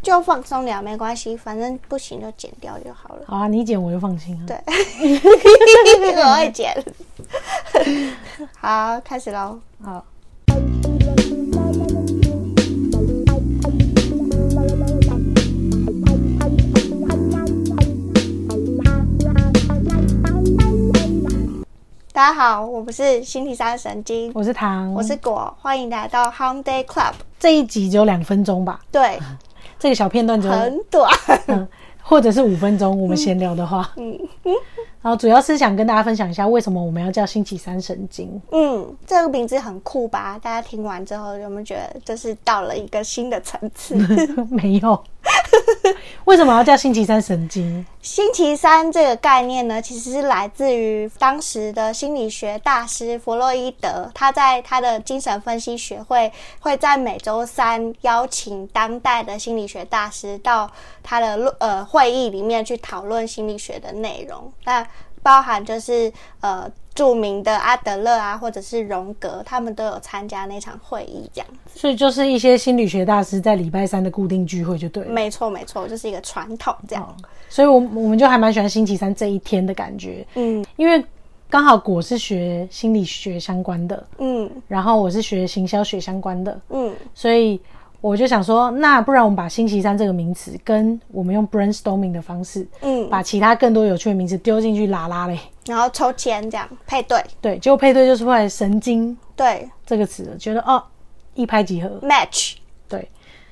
就放松聊，没关系，反正不行就剪掉就好了。好啊，你剪我就放心啊。对， 我会剪。好，开始喽。好，大家好，我们是星期三神经，我是唐，我是果，欢迎来到 Home Day Club。这一集只有两分钟吧，对，这个小片段只有，很短。 嗯，或者是五分钟，我们闲聊的话，嗯，然后主要是想跟大家分享一下为什么我们要叫星期三神经， 嗯，这个名字很酷吧？大家听完之后有没有觉得就是到了一个新的层次？没有，为什么要叫星期三神经？星期三这个概念呢，其实是来自于当时的心理学大师弗洛伊德，他在他的精神分析学会会在每周三邀请当代的心理学大师到他的论呃会议里面去讨论心理学的内容，那包含就是呃著名的阿德勒啊，或者是荣格，他们都有参加那场会议，这样。所以就是一些心理学大师在礼拜三的固定聚会就对了。没错，没错，就是一个传统这样。哦所以我我们就还蛮喜欢星期三这一天的感觉，嗯因为刚好果是学心理学相关的，嗯然后我是学行销学相关的，嗯，所以我就想说，那不然我们把星期三这个名词跟我们用 brainstorming 的方式，嗯把其他更多有趣的名词丢进去拉拉嘞。然后抽签这样配对。对，结果配对就出来“神经对”这个词了，觉得哦，一拍即合。 ，match，对，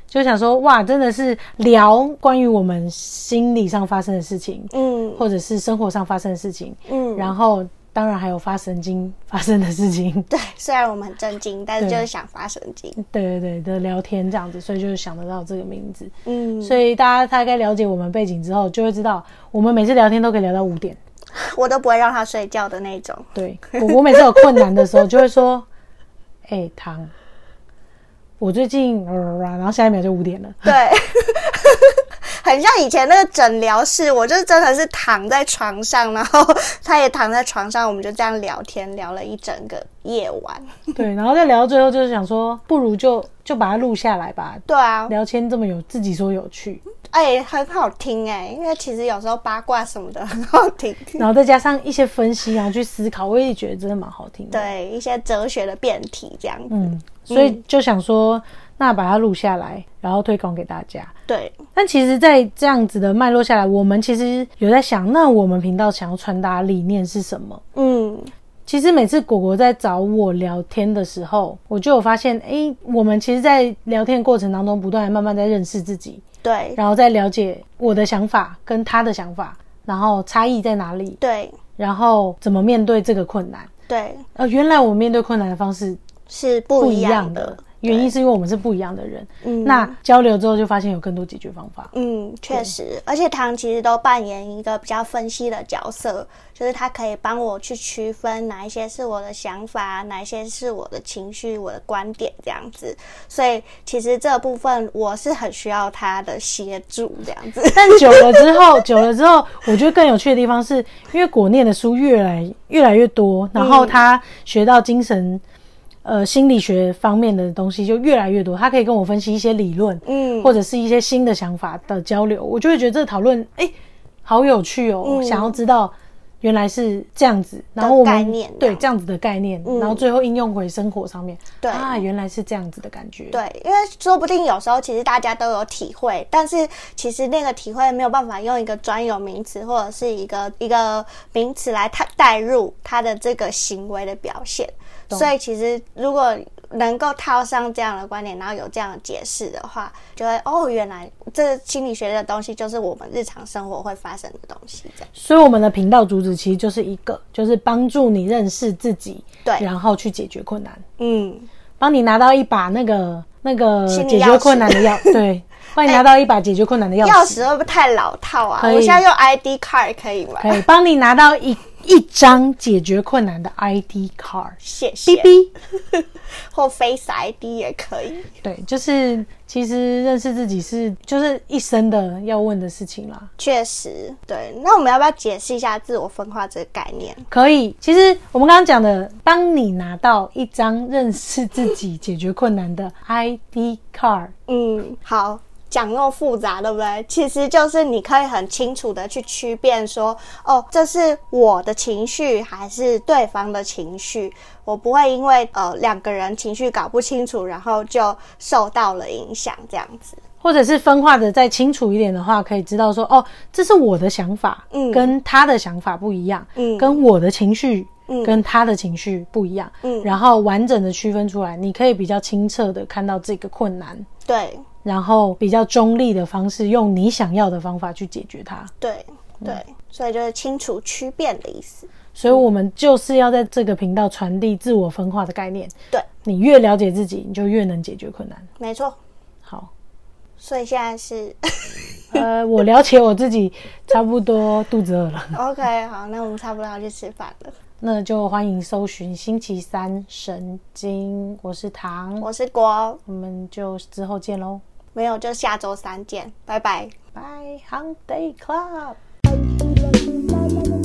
就想说哇，真的是聊关于我们心理上发生的事情，嗯或者是生活上发生的事情，嗯，然后当然还有发神经发生的事情。 对，虽然我们很震惊，但是对就是想发神经，对对对的聊天这样子，所以就是想得到这个名字。嗯，所以大家大概了解我们背景之后，就会知道我们每次聊天都可以聊到五点。我都不会让他睡觉的那种，对我，我每次有困难的时候，就会说：“哎、唐，我最近……”呃然后下一秒就五点了。对， 很像以前那个诊疗室，我就是真的是躺在床上，然后 他也躺在床上，我们就这样聊天，聊了一整个夜晚，对，然后再聊到最后，就是想说，不如就就把它录下来吧。对啊，聊天这么有自己说有趣，哎、很好听哎、因为其实有时候八卦什么的很好听，然后再加上一些分析，然后去思考，我也觉得真的蛮好听的。，对，一些哲学的辩题这样子，嗯，所以就想说，那把它录下来，然后推广给大家。对，但其实，在这样子的脉络下来，我们其实有在想，那我们频道想要传达理念是什么？嗯其实每次果果在找我聊天的时候，我就有发现，诶，我们其实，在聊天的过程当中，不断地慢慢在认识自己，对然后再了解我的想法跟他的想法，然后差异在哪里，对然后怎么面对这个困难。对，呃，原来我面对困难的方式是不不一一样样的的，，原因是因为我们是不一样的人。嗯那交流之后，就发现有更多解决方法。嗯，确实，而且唐其实都扮演一个比较分析的角色，就是他可以帮我去区分哪一些是我的想法，哪一些是我的情绪、我的观点这样子。所以其实这部分我是很需要他的协助这样子。但久了之后，久了之后，我觉得更有趣的地方是，因为果念的书越来越来越多，然嗯后他学到精神、呃心理学方面的东西就越来越多，他可以跟我分析一些理论，嗯，或者是一些新的想法的交流，我就会觉得这个讨论哎、好有趣哦，嗯想要知道。原来是这样子，然后我们概念对啊嗯这样子的概念，然后最后应用回生活上面。对啊，原来是这样子的感觉。对，因为说不定有时候其实大家都有体会，但是其实那个体会没有办法用一个专有名词或者是一个一个名词来它代入他的这个行为的表现。所以其实如果能够套上这样的观点，然后有这样的解释的话，就会哦，原来这心理学的东西就是我们日常生活会发生的东西，这样所以我们的频道主旨其实就是一个，就是帮助你认识自己，对然后去解决困难，嗯。帮你拿到一把那个那个心理解钥匙哎决困难的钥， 对，帮你拿到一把解决困难的钥钥匙，匙会不会太老套啊？可以我现在用 ID card 可以吗？可以帮你拿到一一张解决困难的 ID card，谢哔谢。哔，或 Face ID 也可以。对，就是其实认识自己是就是一生的要问的事情啦。确实，对。那我们要不要解释一下自我分化这个概念？可以，其实我们刚刚讲的，当你拿到一张认识自己、解决困难的 ID card，嗯，好，讲那么复杂，对不对？其实就是你可以很清楚的去区辨说，哦，这是我的情绪还是对方的情绪。我不会因为呃两个人情绪搞不清楚，然后就受到了影响这样子。或者是分化的再清楚一点的话，可以知道说，哦，这是我的想法，嗯跟他的想法不一样，嗯跟我的情绪，嗯跟他的情绪不一样，嗯然后完整的区分出来，你可以比较清澈的看到这个困难，对然后比较中立的方式，用你想要的方法去解决它。对对，所以就是清楚区辨的意思。所以，我们就是要在这个频道传递自我分化的概念。对，你越了解自己，你就越能解决困难。没错。好，所以现在是 呃，我了解我自己，差不多肚子饿了。 OK，好，那我们差不多要去吃饭了。那就欢迎搜寻星期三神经，我是唐，我是郭，我们就之后见喽，没有就下周三见，拜拜。拜 h u n g Day Club。 La la la